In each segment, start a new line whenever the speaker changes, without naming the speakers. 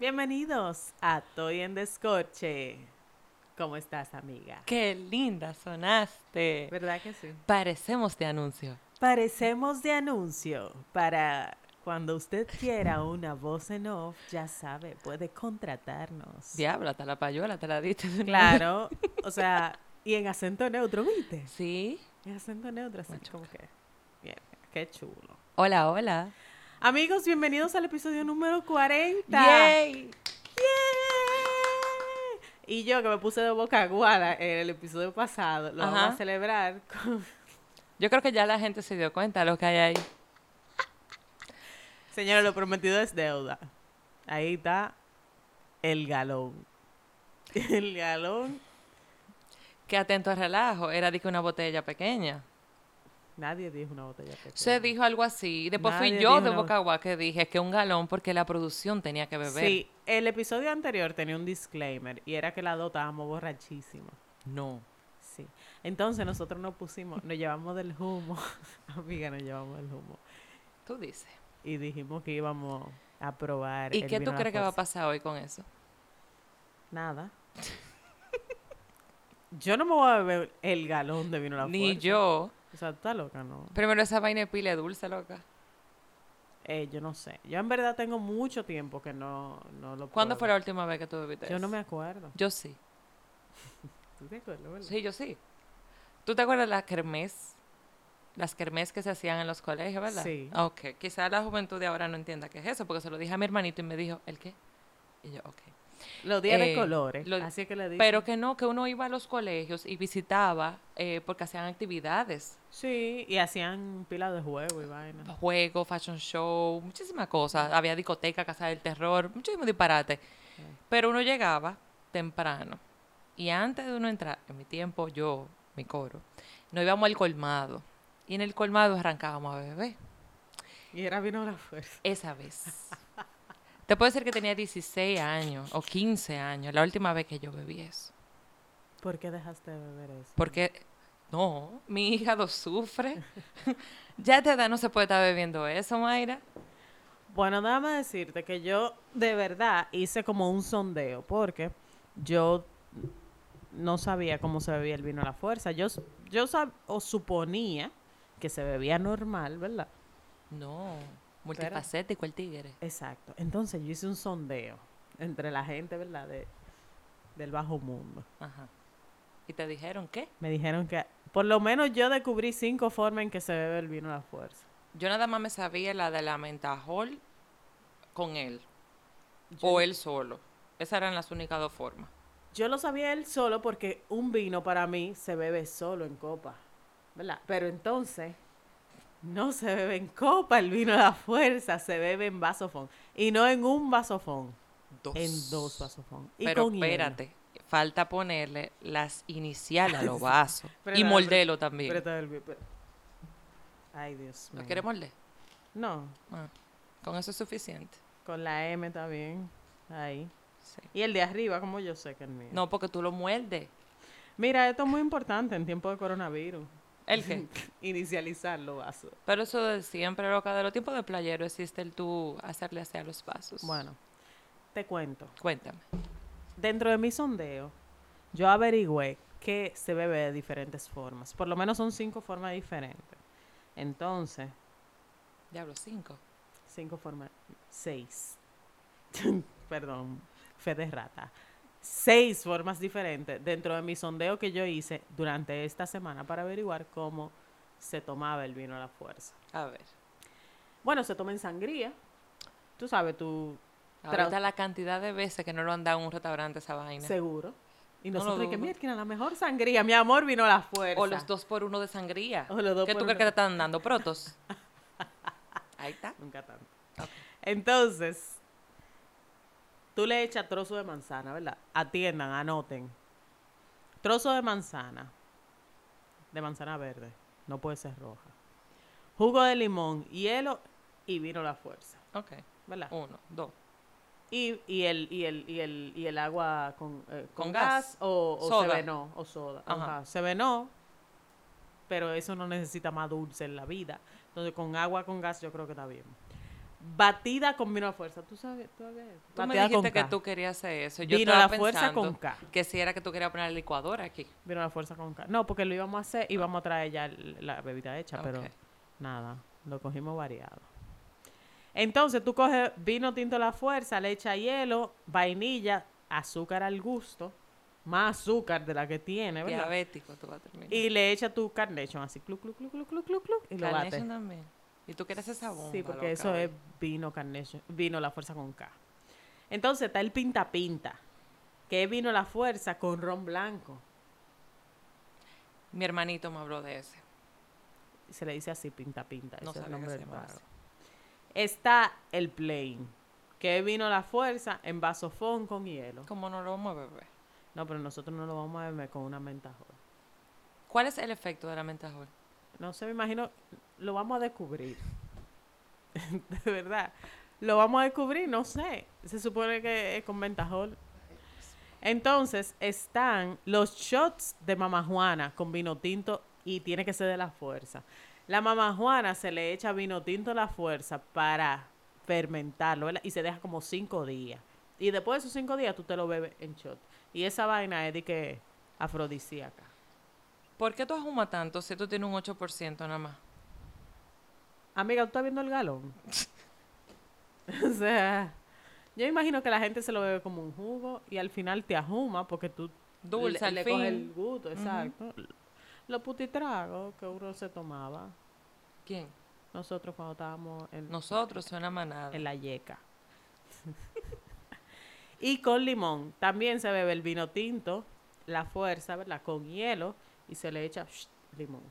Bienvenidos a Toy en Descorche. ¿Cómo estás, amiga?
¡Qué linda sonaste!
¿Verdad que sí?
Parecemos de anuncio.
Parecemos de anuncio para cuando usted quiera una voz en off, ya sabe, puede contratarnos.
Diablo, hasta la payola te la diste. de una vez.
Claro, o sea, y en acento neutro, ¿viste?
Sí.
En acento neutro, así como que. Bien, qué chulo.
Hola, hola.
Amigos, bienvenidos al episodio número 40.
¡Yay!
¡Yay! Y yo que me puse de boca aguada en el episodio pasado, lo vamos
Ajá.
a celebrar con...
Yo creo que ya la gente se dio cuenta de lo que hay ahí.
Señores, lo prometido es deuda. Ahí está el galón. El galón.
Que atento al relajo, era de que una botella pequeña.
Nadie dijo una botella pequeña.
Se dijo algo así. y Después
Nadie
fui yo
dijo
de
una
boca agua que dije que un galón porque la producción tenía que beber.
Sí, el episodio anterior tenía un disclaimer y era que la dos estábamos borrachísimas.
No.
Sí. Entonces nosotros nos pusimos, nos llevamos del humo. Amiga, nos llevamos del humo.
Tú dices.
Y dijimos que íbamos a probar.
¿Y
el
qué
vino a
tú
la
crees que va a
fuerza.
pasar hoy con eso?
Nada. Yo no me voy a beber el galón de vino a la
Ni
fuerza.
yo.
O sea, tú estás loca, ¿no?
Primero esa vaina de pile dulce, loca.
Eh, yo no sé. Yo en verdad tengo mucho tiempo que no, no lo
¿Cuándo
pruebo.
fue la última vez que tú bebiste
Yo no
eso?
me acuerdo.
Yo sí.
¿Tú te acuerdas, verdad?
Sí, yo sí. ¿Tú te acuerdas de las kermés? Las kermés que se hacían en los colegios, ¿verdad?
Sí.
Ah, Ok. Quizás la juventud de ahora no entienda qué es eso, porque se lo dije a mi hermanito y me dijo, ¿el qué? Y yo, ok.
Los días de
Eh,
colores.
lo-
así es que le dije.
Pero que no, que uno iba a los colegios y visitaba eh, porque hacían actividades.
Sí, y hacían pila de juego y vaina.
Oh. Juegos, fashion show, muchísimas cosas. Había discoteca, casa del terror, muchísimos disparates. Pero uno llegaba temprano. Y antes de uno entrar, en mi tiempo, yo, mi coro, nos íbamos al colmado. Y en el colmado arrancábamos a beber.
Y era vino a la fuerza.
Esa vez. Te puedo decir que tenía 16 años o 15 años, la última vez que yo bebí eso.
¿Por qué dejaste de beber eso?
Porque, no, mi hígado sufre. ya a esta edad no se puede estar bebiendo eso, Mayra.
Bueno, nada más decirte que yo de verdad hice como un sondeo, porque yo no sabía cómo se bebía el vino a la fuerza. Yo, s- yo sab- o suponía que se bebía normal, ¿verdad?
No, multifacético el tigre.
Exacto. Entonces yo hice un sondeo entre la gente, ¿verdad? De, del bajo mundo.
Ajá. ¿Y te dijeron qué?
Me dijeron que por lo menos yo descubrí cinco formas en que se bebe el vino a la fuerza.
Yo nada más me sabía la de la mentajol con él. O él solo. Esas eran las únicas dos formas.
Yo lo sabía él solo porque un vino para mí se bebe solo en copa, ¿verdad? Pero entonces no se bebe en copa el vino a la fuerza, se bebe en vasofón. Y no en un vasofón,
Dos.
en dos vasofón. Y
Pero
con hielo.
espérate, falta ponerle las iniciales a los vasos.
Pero
y
nada,
moldelo
Pero
también.
está el vi- pero- Ay, Dios mío.
¿Lo quieres molde?
No,
Ah, con eso es suficiente.
con la M está bien. Ahí.
Sí.
Y el de arriba, como yo sé que el mío.
No, porque tú lo muerdes.
Mira, esto es muy importante en tiempo de coronavirus.
¿El qué?
Inicializar los vasos.
Pero eso de siempre, loca, de los tiempos de playero existe el tú hacerle hacia los vasos.
Bueno, te cuento.
Cuéntame.
dentro de mi sondeo, yo averigüé que se bebe de diferentes formas. Por lo menos son cinco formas diferentes. Entonces,
Diablo, cinco.
cinco formas. Seis. Perdón, fe de rata. Seis formas diferentes dentro de mi sondeo que yo hice durante esta semana para averiguar cómo se tomaba el vino a la fuerza.
A ver.
Bueno, se toma en sangría. Tú sabes, tú Tra-
Ahorita la cantidad de veces que no lo han dado en un restaurante esa vaina.
seguro. Y
No lo
nosotros, que
dudo.
mira, la mejor sangría, mi amor, vino a la fuerza.
O los dos por uno de sangría.
O los dos
¿Qué tú
por
crees
uno.
que te están dando? ¿Protos? Ahí está.
Nunca tanto.
Ok.
Entonces, tú le echas trozo de manzana, ¿verdad? Atiendan, anoten. Trozo de manzana. De manzana verde. No puede ser roja. Jugo de limón, hielo y vino a la fuerza,
Ok.
¿verdad?
Uno, dos.
Y, y, el, y, el, y, el, y el agua con, eh, con
Con
gas,
gas.
o, o
Soda.
Sevenó, o soda.
Ajá.
Ajá, Sevenó, pero eso no necesita más dulce en la vida. Entonces, con agua, con gas, yo creo que está bien. Batida con vino a fuerza. ¿Tú sabes? ¿Tú sabes?
Tú me
Batida con
dijiste que
K.
tú querías hacer eso. Yo
Vino a
estaba
la fuerza
pensando
con K.
que si era que tú querías poner la licuadora aquí.
Vino a la fuerza con K. No, porque lo íbamos a hacer y vamos a traer ya l- la bebida hecha, pero
Ah. Ok.
nada, lo cogimos variado. Entonces tú coges vino tinto a la fuerza, le echa hielo, vainilla, azúcar al gusto, más azúcar de la que tiene, ¿verdad?
Diabético, tú vas a terminar.
Y le echa tu carnation así, cluc, cluc, cluc, cluc, cluc, cluc, cluc, y lo bates.
Carnation también. Y tú quieres esa bomba.
Sí,
loca,
porque eso
oye.
es vino carnation, vino la fuerza con K. Entonces está el pinta pinta, que es vino la fuerza con ron blanco.
Mi hermanito me habló de ese.
Se le dice así pinta pinta,
No
ese es el
sabía que
nombre
se
del
llamaba
vaso. Está el plain, que es vino la fuerza en vasofón con hielo.
Como no lo vamos a beber.
No, pero nosotros no lo vamos a beber con una mentajol.
¿Cuál es el efecto de la mentajol?
No sé, me imagino, lo vamos a descubrir. de verdad. Lo vamos a descubrir, no sé. Se supone que es con ventajol. Entonces están los shots de mamá Juana con vino tinto y tiene que ser de la fuerza. La mamá Juana se le echa vino tinto a la fuerza para fermentarlo ¿verdad? y se deja como cinco días. Y después de esos cinco días tú te lo bebes en shot. Y esa vaina es de que afrodisíaca.
¿Por qué tú ajumas tanto si tú tienes un 8% nada más?
Amiga, Ah, ¿tú estás viendo el galón? o sea, yo imagino que la gente se lo bebe como un jugo y al final te ajuma porque tú
Dulce,
le,
al
le
fin.
coges el gusto, exacto. Los putitragos que uno se tomaba
¿Quién?
nosotros cuando estábamos en,
Nosotros suena manada.
en la yeca. y con limón. También se bebe el vino tinto, la fuerza, ¿verdad? Con hielo y se le echa sh, limón.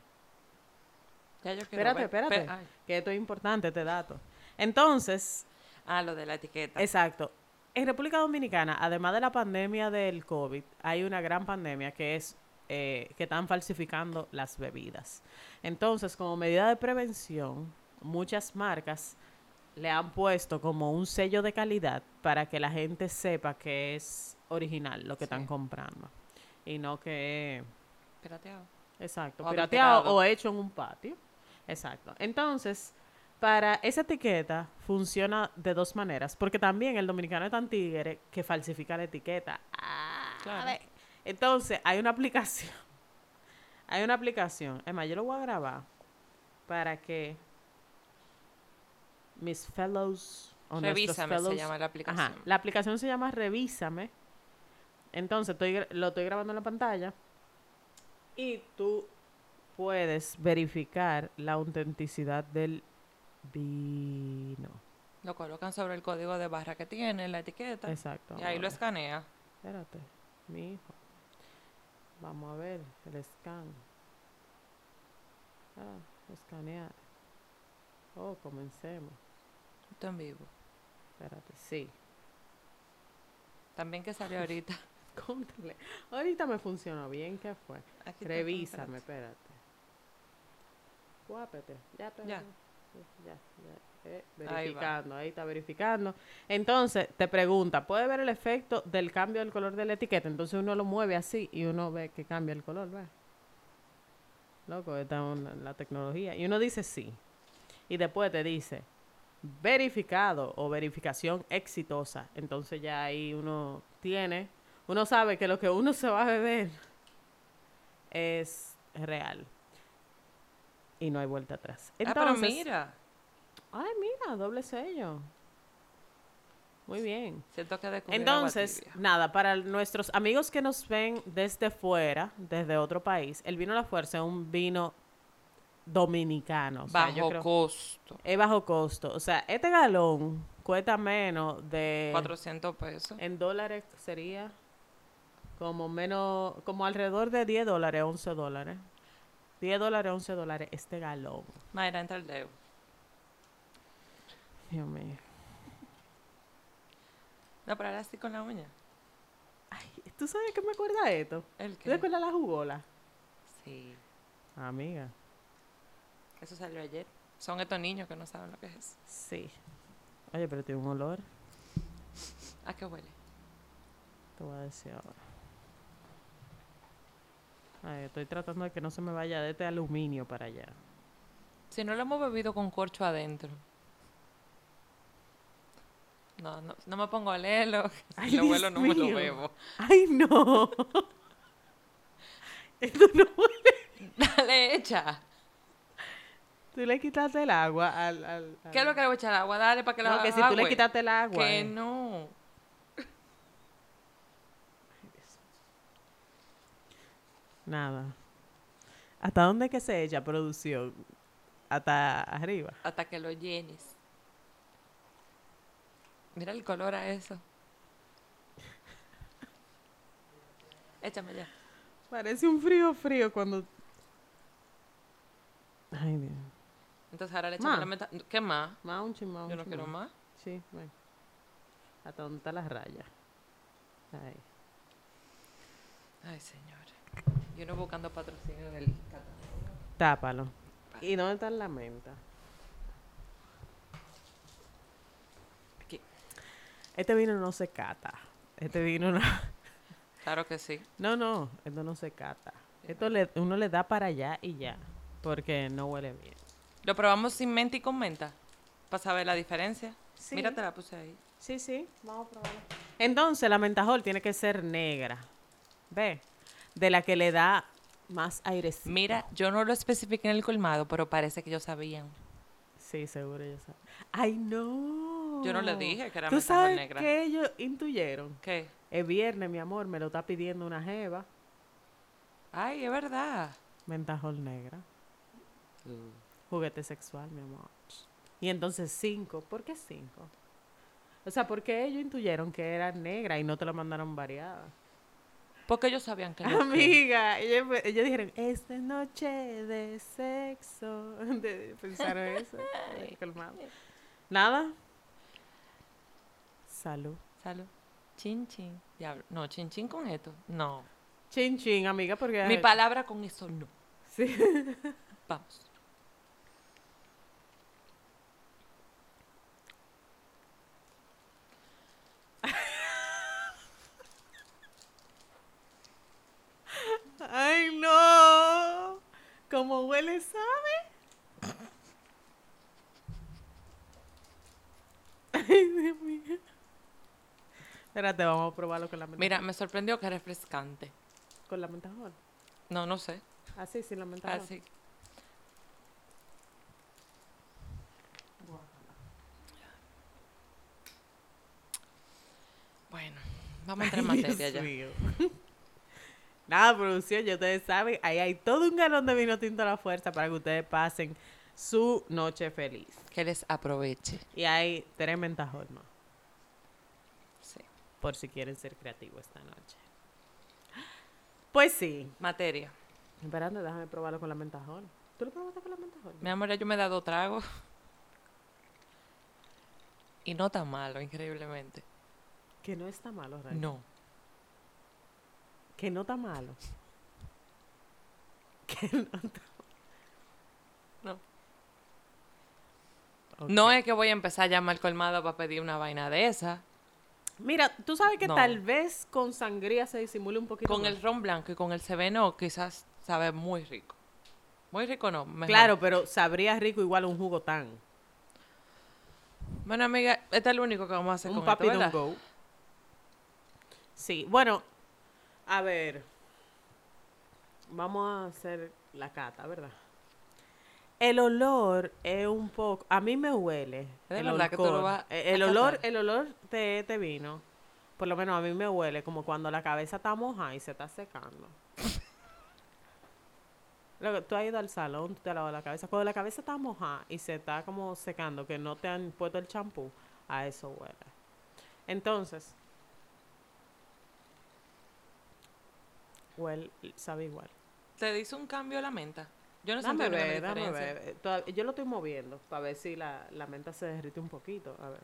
Ya yo quiero
Espérate,
ver.
espérate.
Pe- ay.
Que esto es importante, este dato. Entonces,
Ah, lo de la etiqueta.
Exacto. En República Dominicana, además de la pandemia del COVID, hay una gran pandemia que es eh, que están falsificando las bebidas. Entonces, como medida de prevención, muchas marcas le han puesto como un sello de calidad para que la gente sepa que es original lo que
Sí.
están comprando y no que
Espérate ah. ahora.
Exacto,
O
pirateado
adulterado.
o hecho en un patio. Exacto. Entonces, para esa etiqueta funciona de dos maneras, porque también el dominicano es tan tigre que falsifica la etiqueta. Ah,
Claro.
a ver. Entonces, hay una aplicación. Hay una aplicación. Es más, yo lo voy a grabar para que mis fellows o nuestros
Revísame, se
fellows-
llama la aplicación.
Ajá, la aplicación se llama Revísame. Entonces, estoy, gra- lo estoy grabando en la pantalla. Y tú puedes verificar la autenticidad del vino.
Lo colocan sobre el código de barra que tiene, la etiqueta.
Exacto.
Y ahí lo
vamos a
escanea.
ver. Espérate, mi hijo. Vamos a ver el scan. Ah, escanear. Oh, comencemos.
Esto en vivo.
Espérate, sí.
También que salió ahorita.
Cóntale. Ahorita me funcionó bien, ¿qué fue?
Aquí está, Ah,
Revísame,
espérate.
espérate. Guápete, ya te
Ya.
Ya, ya, eh,
Ahí va.
verificando, ahí, está verificando. Entonces, te pregunta, ¿puede ver el efecto del cambio del color de la etiqueta? Entonces uno lo mueve así y uno ve que cambia el color, ¿ves? Loco, está en la tecnología. Y uno dice sí. Y después te dice verificado o verificación exitosa. Entonces ya ahí uno tiene, uno sabe que lo que uno se va a beber es real. Y no hay vuelta atrás.
ah, pero
Entonces-
mira.
Ay, mira, doble sello. Muy bien.
Siento que descubrí agua
Entonces,
tibia.
nada, para nuestros amigos que nos ven desde fuera, desde otro país, el vino La Fuerza es un vino dominicano. o sea,
Bajo
yo creo-
costo.
es bajo costo. O sea, este galón cuesta menos de...
400 pesos.
En dólares sería como menos, como alrededor de 10 dólares, 11 dólares. 10 dólares, 11 dólares este galón.
Mayra, entra el dedo.
Dios mío.
No, pero ahora sí con la uña.
¿Tú sabes qué me acuerda de esto?
¿El
¿Tú te
qué?
acuerdas de la jugola?
Sí.
Amiga.
Eso salió ayer. Son estos niños que no saben lo que es eso.
Sí. Oye, pero tiene un olor.
¿A qué Ah, huele?
Te voy a decir ahora. Ay, estoy tratando de que no se me vaya de este aluminio para allá.
Si no lo hemos bebido con corcho adentro. No, no, no me pongo a leerlo.
Ay,
Si lo vuelo,
Dios
no me lo
mío.
bebo.
Ay, no. Esto no huele.
Dale, echa.
Tú le quitaste el agua al. al- al-
¿Qué es lo que le voy a echar agua? Dale para que la
No, que si tú le
agüe.
quitaste el agua.
Que
eh.
no.
Nada. ¿Hasta dónde es que se echa producción? Hasta arriba.
Hasta que lo llenes. Mira el color a eso. Échame ya.
Parece un frío frío cuando. Ay, Dios.
Entonces ahora le echamos
Ma.
la meta. ¿Qué más?
Más un chin, más un
Yo no
chin
quiero más.
Sí, bueno. Hasta dónde están las rayas. Ahí.
Ay, señor. Yo no buscando patrocinio del catálogo.
Tápalo. ¿Y dónde están las mentas?
Aquí.
Este vino no se cata. Este vino no.
Claro que sí.
No, no, esto no se cata. Esto le, uno le da para allá y ya. Porque no huele bien.
Lo probamos sin menta y con menta. Para saber la diferencia.
Sí.
Mira, te la puse ahí.
Sí, sí, vamos a probarlo. Entonces, la mentajol tiene que ser negra. ¿Ve? De la que le da más airecito.
Mira, yo no lo especifiqué en el colmado, pero parece que ellos sabían.
Sí, seguro ella sabe. ¡Ay, no!
Yo no le dije que era
Oh. ¿Tú
mentajol
sabes
negra.
qué ellos intuyeron?
¿Qué?
Es viernes, mi amor, me lo está pidiendo una jeva.
Ay, es verdad.
Mentajol negra. Juguete sexual, mi amor. Y entonces cinco. ¿Por qué cinco? O sea, porque ellos intuyeron que era negra y no te lo mandaron variada.
Porque ellos sabían que no.
Amiga, ellos, fue- ellos dijeron, esta es noche de sexo. De- pensaron eso. eh, colmado. Nada. Salud.
Salud. Chin, chin. Diablo. No, chin, chin con esto. No.
Chin, chin, amiga, porque...
Mi palabra con eso no.
Sí.
Vamos.
¡Ay, no! Como huele, ¿sabe? Ay, Dios mío. Espérate, vamos a probarlo con la mentajol.
Mira, me sorprendió que es refrescante.
Con la mentajol.
No, no sé.
Así, sin la mentajol.
Así. Bueno, vamos a entrar en
Ay,
materia
Dios
ya.
mío. Nada, producción, ya ustedes saben, ahí hay todo un galón de vino tinto a la fuerza para que ustedes pasen su noche feliz.
Que les aproveche.
Y hay tres mentajol más,
Sí.
por si quieren ser creativos esta noche. Pues sí.
Materia.
Esperando, déjame probarlo con la mentajol. ¿Tú lo probaste con la mentajol?
Mi amor, ya yo me he dado trago. Y no tan malo, increíblemente.
Que no está malo, Ray.
No.
Que no está malo. Que no está
No.
Ok.
No es que voy a empezar a llamar al colmado para pedir una vaina de esa.
Mira, tú sabes que
No.
tal vez con sangría se disimule un poquito.
Con
más.
el ron blanco y con el cebeno quizás sabe muy rico. Muy rico no, mejor.
Claro, pero sabría rico igual un jugo tan.
Bueno, amiga, este es lo único que vamos a hacer
Un
con
papi
esto,
don't
¿verdad?
go. Sí, bueno, a ver. Vamos a hacer la cata, ¿verdad? El olor es un poco. A mí me huele.
¿De
el
verdad que tú lo
alcohol.
vas
Eh, El
a
olor,
catar?
el olor de este vino, por lo menos a mí me huele como cuando la cabeza está moja y se está secando. Luego, tú has ido al salón, tú te has lavado la cabeza. Cuando la cabeza está mojada y se está como secando, que no te han puesto el champú, a eso huele. Entonces, huele, sabe igual.
Te hizo un cambio la menta. Yo no sé
Dame
sentí
ver,
ninguna
dame
diferencia.
ver. Eh, todav- yo lo estoy moviendo para ver si la, la menta se derrite un poquito. A ver.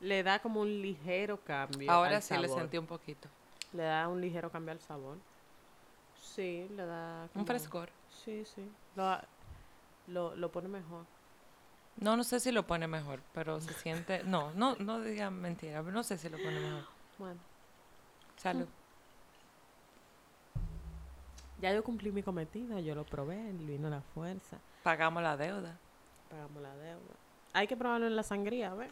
Le da como un ligero cambio.
Ahora
al
sí le
sabor.
sentí un poquito.
Le da un ligero cambio al sabor. Sí, le da.
Un
como-
frescor.
Sí, sí. Lo, a- lo, lo pone mejor.
No, no sé si lo pone mejor, pero se siente... No, no, no digan mentira, pero no sé si lo pone mejor.
Bueno.
Salud.
Ya yo cumplí mi cometido, yo lo probé, el vino a la fuerza,
Pagamos la deuda.
pagamos la deuda. Hay que probarlo en la sangría, a ver.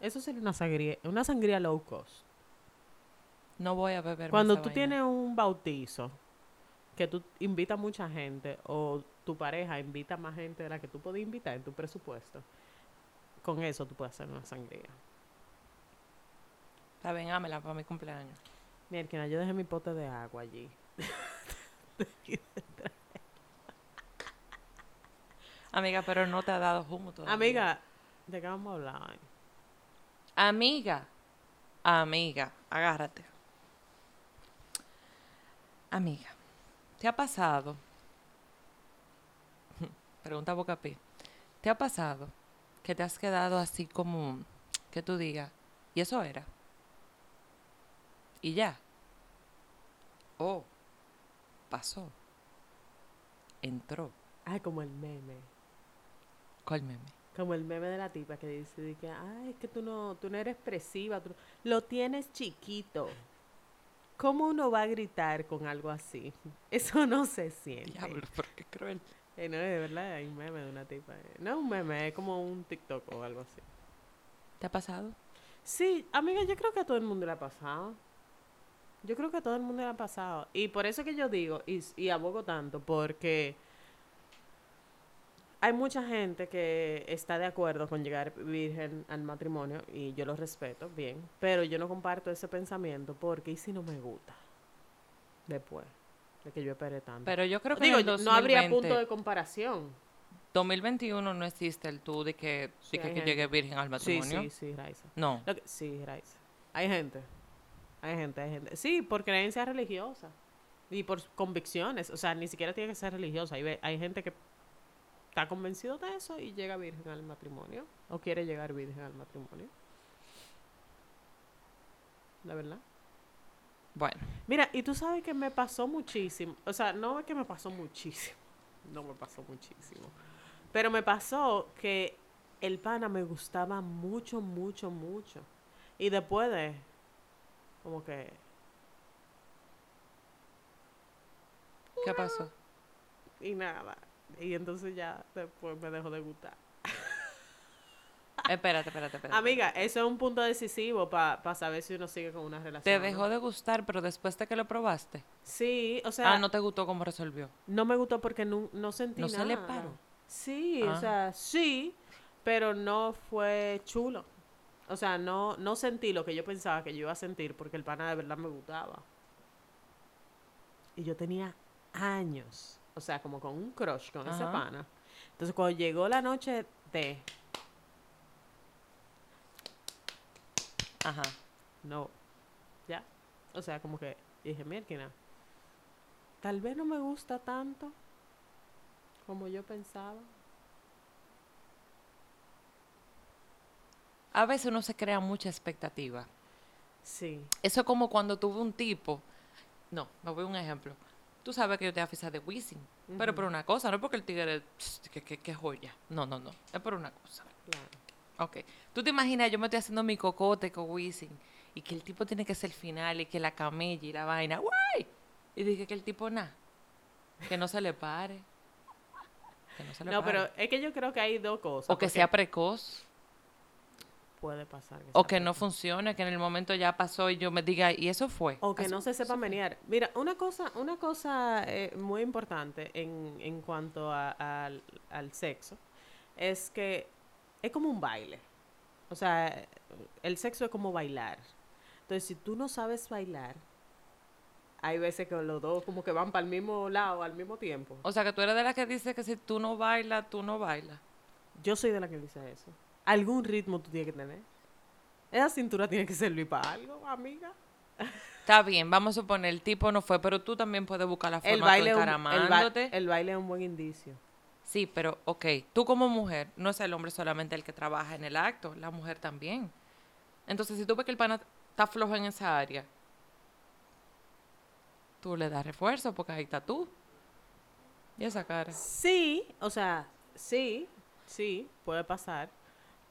Eso sería una sangría, una sangría low cost.
No voy a beber. más
Cuando
esa
tú
vaina.
tienes un bautizo, que tú invitas mucha gente, o tu pareja invita más gente de la que tú podías invitar en tu presupuesto, con eso tú puedes hacer una sangría.
Está bien, hámela para mi cumpleaños.
Mierda, yo dejé mi pote de agua allí.
Amiga, pero no te ha dado humo todavía.
Amiga, ¿de qué vamos a hablar? hoy?
Amiga. Amiga, agárrate. Amiga, ¿te ha pasado? Pregunta Boca Pi. ¿Te ha pasado que te has quedado así como que tú digas, y eso era? Y ya. Oh, pasó. Entró.
Ay, como el meme.
¿Cuál meme?
Como el meme de la tipa que dice de que, ay, es que tú no, tú no eres expresiva, tú no- lo tienes chiquito. ¿Cómo uno va a gritar con algo así? Eso no se siente.
Diablo, pero qué cruel.
Eh, no, de verdad, hay un meme de una tipa. eh. No es un meme, es como un TikTok o algo así.
¿Te ha pasado?
Sí, amiga, yo creo que a todo el mundo le ha pasado. Yo creo que a todo el mundo le ha pasado. Y por eso que yo digo, y, y abogo tanto, porque hay mucha gente que está de acuerdo con llegar virgen al matrimonio, y yo lo respeto, bien, pero yo no comparto ese pensamiento, porque ¿y si no me gusta? Después de que yo esperé tanto.
Pero yo creo que
Digo,
en el
no habría
2020
punto de comparación.
2021 no existe el tú de que, de
Sí,
que,
hay
que llegue virgen al
Sí,
matrimonio.
sí, sí, Raiza.
No.
Lo que- sí, Raiza. Hay gente. Hay gente, hay gente. Sí, por creencias religiosas. Y por convicciones. O sea, ni siquiera tiene que ser religiosa. Hay, ve- hay gente que está convencido de eso y llega virgen al matrimonio. O quiere llegar virgen al matrimonio. La verdad.
Bueno,
Mira, y tú sabes que me pasó muchísimo. O sea, no es que me pasó muchísimo. No me pasó muchísimo. Pero me pasó que el pana me gustaba mucho, mucho, mucho. Y después de. Como que.
¿qué pasó?
Y nada. Y entonces ya después me dejó de gustar.
espérate, espérate, espérate.
Amiga, eso es un punto decisivo para saber si uno sigue con una relación.
Te
o no.
dejó de gustar, pero después de que lo probaste.
Sí, o sea.
ah, no te gustó cómo resolvió.
No me gustó porque no, no sentí
No
nada.
se le paró.
Sí, o
Ah.
sea, sí, pero no fue chulo. O sea, no, no sentí lo que yo pensaba que yo iba a sentir porque el pana de verdad me gustaba. Y yo tenía años, o sea, como con un crush con ese
Ajá.
pana. Entonces, cuando llegó la noche de,
Ajá.
no, ya. O sea, como que dije, mierda, tal vez no me gusta tanto como yo pensaba.
A veces uno se crea mucha expectativa.
Sí.
Eso es como cuando tuve un tipo. No, me voy a un ejemplo. Tú sabes que yo te voy a fijar de Wisin. Pero por una cosa, no porque el tigre. pss, Que, que, que joya. No, no, no. Es por una cosa.
Claro.
Ok. Tú te imaginas, yo me estoy haciendo mi cocote con Wisin y que el tipo tiene que ser el final y que la camella y la vaina. ¡Guay! Y dije que el tipo nada. Que no se le pare. Que no se le
No,
pare.
pero es que yo creo que hay dos cosas.
o que
porque
sea precoz.
Puede pasar. que
O
sea
que no
precoz.
funcione, que en el momento ya pasó y yo me diga, y eso fue.
O que
Así-
no se sepa menear. Mira, una cosa, una cosa eh, muy importante en, en cuanto a- al, al sexo es que es como un baile. O sea, el sexo es como bailar. Entonces, si tú no sabes bailar, hay veces que los dos como que van para el mismo lado al mismo tiempo.
O sea, que tú eres de las que dice que si tú no bailas, tú no bailas.
Yo soy de la que dice eso. Algún ritmo tú tienes que tener. Esa cintura tiene que servir para algo, amiga.
Está bien, vamos a suponer, el tipo no fue, pero tú también puedes buscar la forma
el baile, es
de
un- el, ba-
encaramándote.
el baile es un buen indicio.
Sí, pero ok, tú como mujer, no es el hombre solamente el que trabaja en el acto, la mujer también. Entonces, si tú ves que el pana está flojo en esa área, tú le das refuerzo porque ahí está tú. Y esa cara.
Sí, o sea, sí, sí, puede pasar.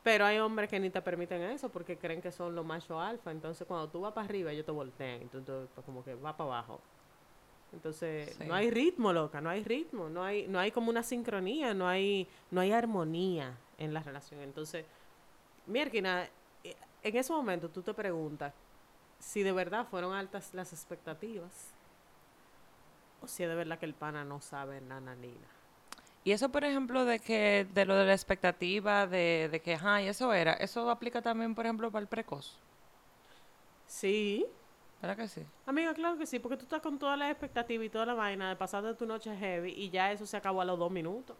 Pero hay hombres que ni te permiten eso porque creen que son los machos alfa. Entonces, cuando tú vas para arriba, ellos te voltean. Entonces, tú, pues, como que va para abajo. Entonces,
Sí.
no hay ritmo, loca, no hay ritmo, no hay, no hay como una sincronía, no hay, no hay armonía en la relación. Entonces, Mierkina, eh, en ese momento tú te preguntas si de verdad fueron altas las expectativas o si es de verdad que el pana no sabe nananina.
Y eso, por ejemplo, de que de lo de la expectativa, de, de que, ajá, y eso era, eso aplica también, por ejemplo, para el precoz,
Sí,
¿verdad que sí?
amiga, claro que sí, porque tú estás con todas las expectativas y toda la vaina de pasarte tu noche heavy y ya eso se acabó a los dos minutos.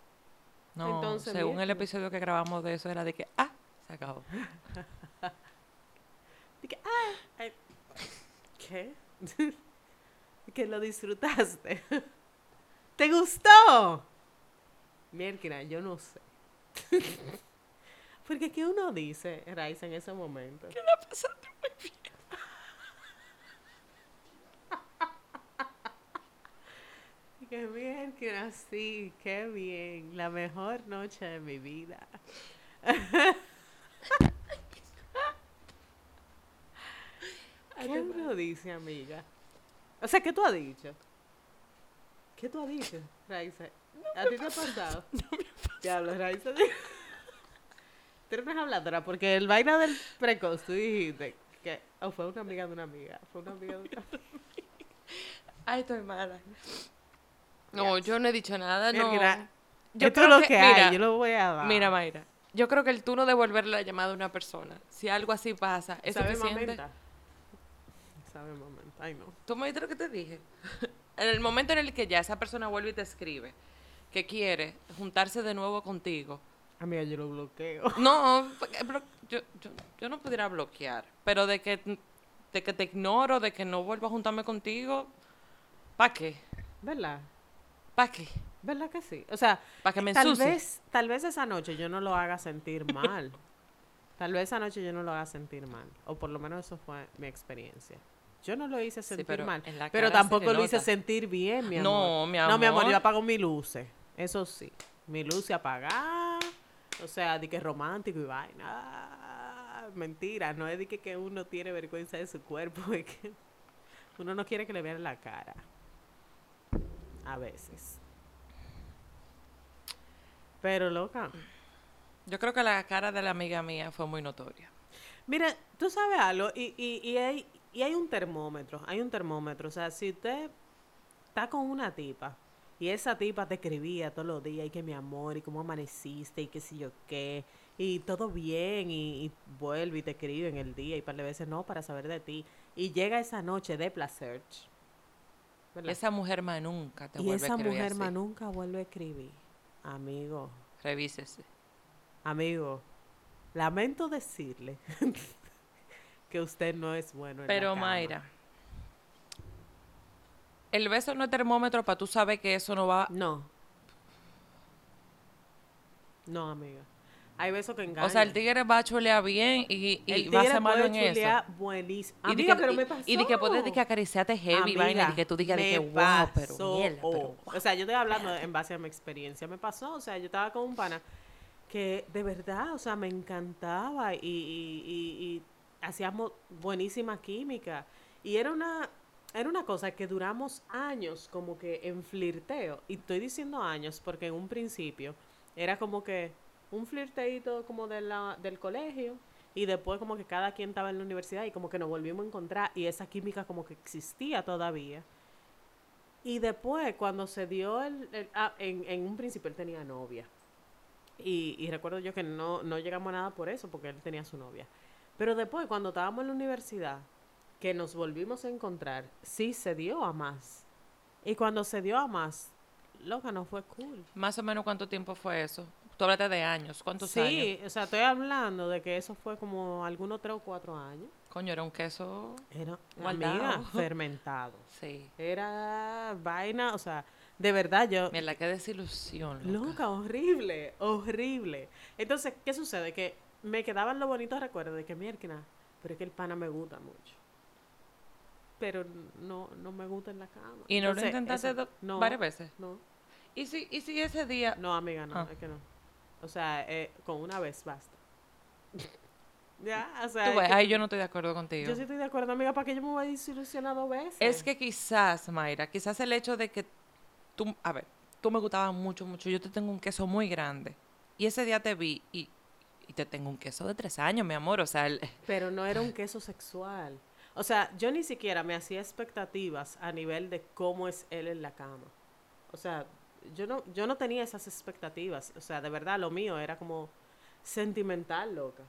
No,
Entonces,
según el
mierda.
episodio que grabamos de eso era de que, ah, se acabó.
¿Qué? que lo disfrutaste. ¿Te gustó? Mierda, yo no sé. Porque ¿qué uno dice, Raiza, en ese momento? Que bien que nací, qué bien, la mejor noche de mi vida. ¿Qué uno dice, amiga? O sea, ¿qué tú has dicho? ¿Qué tú has dicho, Raiza? ¿A ti te ha pasado? No me Diablo, Raiza. Tú eres una habladora, porque el vaina del precoz, tú dijiste que... O fue una amiga de una amiga, fue una amiga de una
Ay, estoy mala. No, yo no he dicho nada, no.
Mira,
Yo
Esto
creo
es lo
que-
que,
mira,
hay, yo lo voy a dar.
Mira, Mayra, yo creo que el tú no devolverle la llamada a una persona, si algo así pasa, es
Sabe
suficiente.
momenta. Sabe momenta, ay no.
¿Tú me oíste lo que te dije? en el momento en el que ya esa persona vuelve y te escribe que quiere juntarse de nuevo contigo,
Amiga, yo lo bloqueo.
No, porque blo- yo, yo, yo no pudiera bloquear, pero de que, de que te ignoro, de que no vuelvo a juntarme contigo, ¿para qué?
¿Verdad?
¿Para qué?
¿Verdad que sí? O sea,
¿Para que me
tal
ensucie?
vez, tal vez esa noche yo no lo haga sentir mal. tal vez esa noche yo no lo haga sentir mal. O por lo menos eso fue mi experiencia. Yo no lo hice sentir
pero
mal.
en la
Pero
cara se
tampoco
le
lo hice
nota.
sentir bien, mi amor.
No, mi
No, mi amor,
amor.
yo apago mis luces. Eso sí. Mi luz se apaga. O sea, di que es romántico y vaina. Ah, Mentira, no es de que, que uno tiene vergüenza de su cuerpo. Es que uno no quiere que le vean la cara. A veces. Pero loca.
Yo creo que la cara de la amiga mía fue muy notoria.
Mira, tú sabes algo, y, y, y hay, y hay un termómetro, hay un termómetro. O sea, si usted está con una tipa y esa tipa te escribía todos los días y que mi amor y cómo amaneciste y qué sé yo qué, y todo bien y, y vuelve y te escribe en el día y par de veces no para saber de ti, y llega esa noche de placer. ¿verdad?
Esa mujer más nunca te
y
vuelve a
esa
escribir
mujer
así.
más nunca vuelve a escribir, amigo.
Revísese.
Amigo, lamento decirle que usted no es bueno en la
Pero
cama.
Mayra, el beso no es termómetro para tú saber que eso no va...
No. No, amiga. Hay besos que engañan.
O sea, el tigre va a chulear bien y, y va a ser malo en eso.
buenísimo.
Y di
Amiga,
que-
pero
y-
me pasó.
Y de que poder de que acariciate heavy, vaina, de
Amiga,
que tú digas de
Ah, me
que wow, pero
pasó.
mierda, pero
O sea, yo estoy hablando en base a mi experiencia. Me pasó, o sea, yo estaba con un pana que de verdad, o sea, me encantaba y, y, y- y hacíamos buenísima química. Y era una, era una cosa que duramos años como que en flirteo. Y estoy diciendo años porque en un principio era como que un flirteito como de la, del colegio y después como que cada quien estaba en la universidad y como que nos volvimos a encontrar y esa química como que existía todavía. Y después cuando se dio el... el- ah, en, en un principio él tenía novia. Y, y recuerdo yo que no, no llegamos a nada por eso porque él tenía su novia. Pero después cuando estábamos en la universidad, que nos volvimos a encontrar, sí se dio a más. Y cuando se dio a más, loca, no fue cool.
más o menos cuánto tiempo fue eso. Tú hablaste de años, ¿cuántos años?
Sí, o sea, estoy hablando de que eso fue como algunos tres o cuatro años.
Coño, era un queso,
Era
Guardado.
amiga, fermentado.
sí.
Era vaina, o sea, de verdad yo.
Mira, qué desilusión, loca.
Loca, horrible, horrible. Entonces, ¿qué sucede? Que me quedaban los bonitos recuerdos de que mierda, pero es que el pana me gusta mucho. Pero no, no me gusta en la cama.
¿Y no lo
Entonces,
intentaste
eso-
do-
no,
varias veces?
No,
¿Y si, y si ese día...
no, amiga, no,
Ah.
es que no. O sea, eh, con una vez basta. Ya, o sea.
Tú
es
ves,
que-
ahí yo no estoy de acuerdo contigo.
Yo sí estoy de acuerdo, amiga, para que yo me voy a desilusionar dos veces.
Es que quizás, Mayra, quizás el hecho de que tú, a ver, tú me gustabas mucho, mucho, yo te tengo un queso muy grande. Y ese día te vi y, y te tengo un queso de tres años, mi amor. O sea, el-
Pero no era un queso sexual. O sea, yo ni siquiera me hacía expectativas a nivel de cómo es él en la cama. O sea, yo no, yo no tenía esas expectativas. O sea, de verdad, lo mío era como sentimental, loca.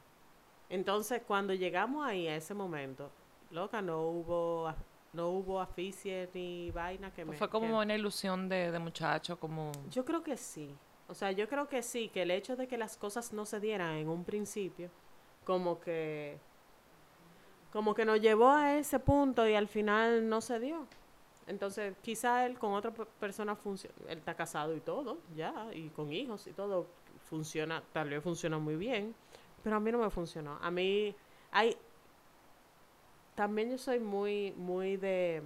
Entonces, cuando llegamos ahí a ese momento, loca, no hubo, a- no hubo aficie ni vaina que me...
Pues fue
que-
como una ilusión de, de muchacho, como...
Yo creo que sí. O sea, yo creo que sí, que el hecho de que las cosas no se dieran en un principio, como que como que nos llevó a ese punto y al final no se dio. Entonces, quizá él con otra pe- persona funciona, él está casado y todo, ya, y con hijos y todo funciona, tal vez funciona muy bien, pero a mí no me funcionó. A mí hay también yo soy muy muy de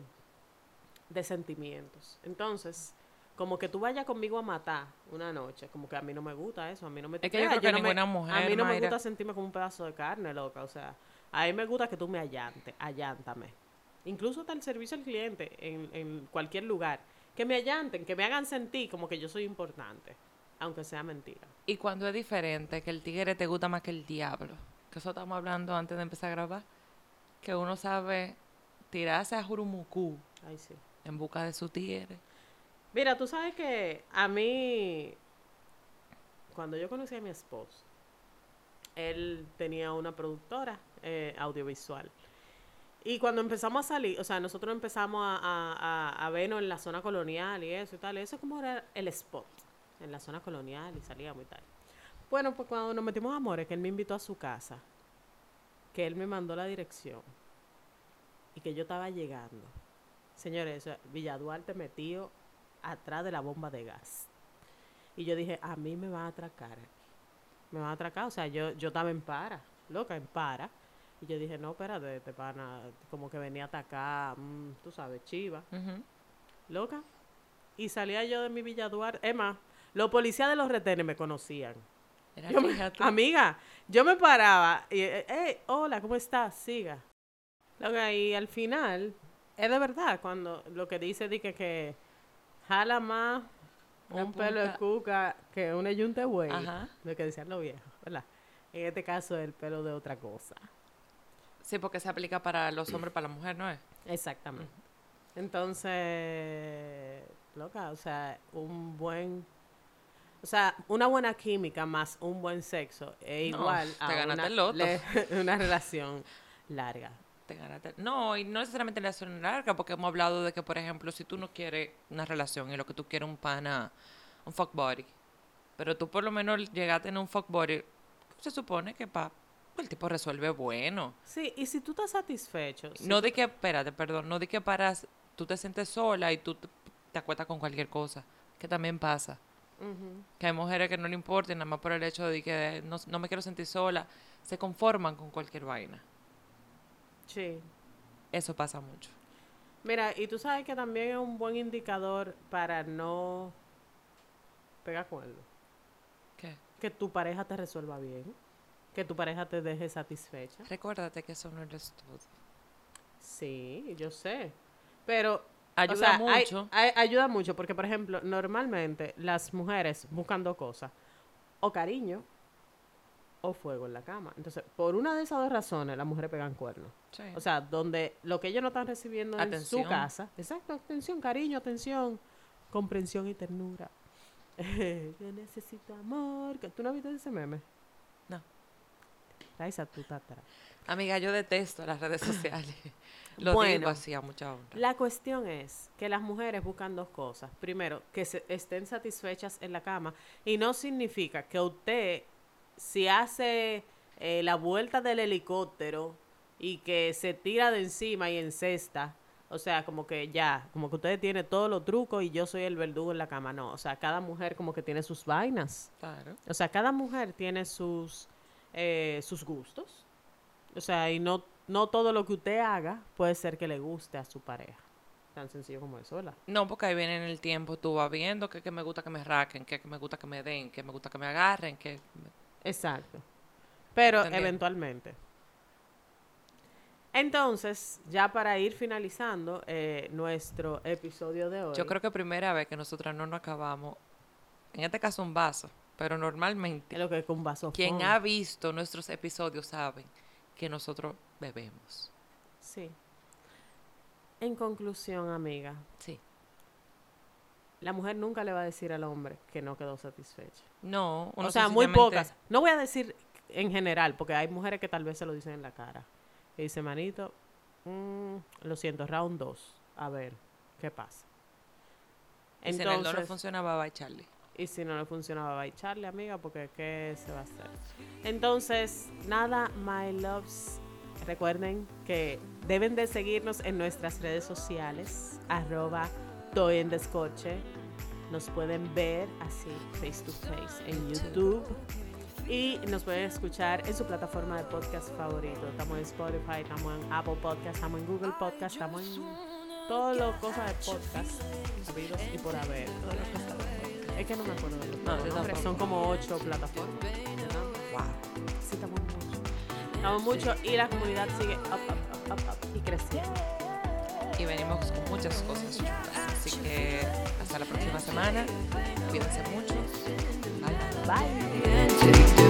de sentimientos. Entonces, como que tú vayas conmigo a matar una noche, como que a mí no me gusta eso, a mí no me Eh, ah,
Es que yo creo que
no me-
ninguna mujer,
a mí no me
Mayra.
gusta sentirme como un pedazo de carne, loca, o sea, a mí me gusta que tú me allantes, allántame. Incluso hasta el servicio al cliente en, en cualquier lugar, que me allanten, que me hagan sentir como que yo soy importante, aunque sea mentira.
Y cuando es diferente, que el tigre te gusta más que el diablo. Que eso estamos hablando antes de empezar a grabar. Que uno sabe tirarse a Jurumucú
Ay, sí.
en busca de su tigre.
Mira, tú sabes que a mí, cuando yo conocí a mi esposo, él tenía una productora eh, audiovisual. Y cuando empezamos a salir, o sea, nosotros empezamos a, a, a- a vernos en la zona colonial y eso y tal, eso como era el spot, en la zona colonial y salíamos y tal. Bueno, pues cuando nos metimos a Amores, que él me invitó a su casa, que él me mandó la dirección y que yo estaba llegando. Señores, eso, Villa Duarte metido atrás de la bomba de gas. Y yo dije, a mí me van a atracar aquí. Me van a atracar. O sea, yo, yo estaba en para, loca, en para. Y yo dije, no, espérate, te van a, como que venía a atacar, mm, tú sabes, chiva,
Ujú.
loca. Y salía yo de mi Villa Duarte. Es más, los policías de los retenes me conocían.
Era
Yo me-
fíjate.
amiga, yo me paraba y, eh, "Hey, hola, ¿cómo estás? Siga. Loca, y al final, es de verdad, cuando lo que dice, di que, que jala más
Una
un pelo de
punta.
cuca que un yunte güey.
Ajá.
Lo que decían los viejos, ¿verdad? En este caso, el pelo de otra cosa.
Sí, porque se aplica para los hombres, para la mujer, ¿no Eh, es?
Exactamente. Entonces, loca, o sea, un buen. O sea, una buena química más un buen sexo es
No,
igual
te ganaste
una,
el loto.
le- una relación larga.
Te ganaste- No, y no necesariamente la relación larga, porque hemos hablado de que, por ejemplo, si tú no quieres una relación y lo que tú quieres es un pana, un fuck body, pero tú por lo menos llegaste en un fuck body, se supone que pa, el tipo resuelve bueno.
Sí, y si tú estás satisfecho. si
No de que, espérate, perdón, no de que paras, tú te sientes sola y tú te, te acuestas con cualquier cosa, que también pasa.
Ujú.
Que hay mujeres que no le importa y nada más por el hecho de que no, no me quiero sentir sola, se conforman con cualquier vaina.
Sí.
Eso pasa mucho.
Mira, y tú sabes que también es un buen indicador para no pegar cuernos.
¿Qué?
Que tu pareja te resuelva bien. Que tu pareja te deje satisfecha.
Recuérdate que eso no eres tú.
Sí, yo sé. Pero o
Ayuda
sea, hay-
Ah, mucho.
hay- ayuda mucho porque, por ejemplo, normalmente las mujeres buscan dos cosas. O cariño o fuego en la cama. Entonces, por una de esas dos razones, las mujeres pegan cuernos.
Sí.
O sea, donde lo que ellos no están recibiendo en
Atención.
su casa. Exacto, atención, cariño, atención, comprensión y ternura. Yo necesito amor. ¿Tú no has visto ese meme?
No.
Raiza, tú estás atrás.
Amiga, yo detesto las redes sociales. Lo digo
Bueno.
así a mucha honra.
La cuestión es que las mujeres buscan dos cosas. Primero, que se estén satisfechas en la cama y no significa que usted, si hace eh, la vuelta del helicóptero y que se tira de encima y encesta, o sea, como que ya, como que usted tiene todos los trucos y yo soy el verdugo en la cama. No, o sea, cada mujer como que tiene sus vainas.
Claro.
O sea, cada mujer tiene sus, eh, sus gustos. O sea, y no, no todo lo que usted haga puede ser que le guste a su pareja. Tan sencillo como eso, ¿verdad?
No, porque ahí viene en el tiempo, tú vas viendo que, que me gusta que me raquen, que, que me gusta que me den, que me gusta que me agarren, que...
Exacto. Pero
Entendí.
eventualmente, Entonces, ya para ir finalizando eh, nuestro episodio de hoy.
Yo creo que primera vez que nosotras no nos acabamos, en este caso un vaso, pero
Es
normalmente
lo que es con vaso.
quien ha visto nuestros episodios sabe que nosotros bebemos.
Sí. En conclusión, amiga,
Sí.
la mujer nunca le va a decir al hombre que no quedó satisfecha.
No, uno
o sea, muy
sencillamente-
pocas. No voy a decir en general, porque hay mujeres que tal vez se lo dicen en la cara. Y dice, manito, mm, lo siento, round 2. A ver, ¿qué pasa?
Y si en el no funcionaba, va Charlie.
Y si no le funcionaba, va a echarle, amiga, porque ¿qué se va a hacer? Entonces, nada, my loves. Recuerden que deben de seguirnos en nuestras redes sociales, arroba Toy en Descoche. Nos pueden ver así, face to face, en YouTube. Y nos pueden escuchar en su plataforma de podcast favorito. Estamos en Spotify, estamos en Apple Podcast, estamos en Google Podcast, estamos en todas las cosas de podcast, habidos y por haber. todas las cosas de podcast. Es que no me acuerdo de los
No, yo
nombres,
tampoco.
Son como ocho plataformas. ¿verdad?
Wow.
Sí, estamos mucho. Estamos mucho y la comunidad sigue up, up, up, up, up y creciendo.
Y venimos con muchas cosas juntas. Así que hasta la próxima semana. Cuídense mucho. Bye.
Bye.
and take the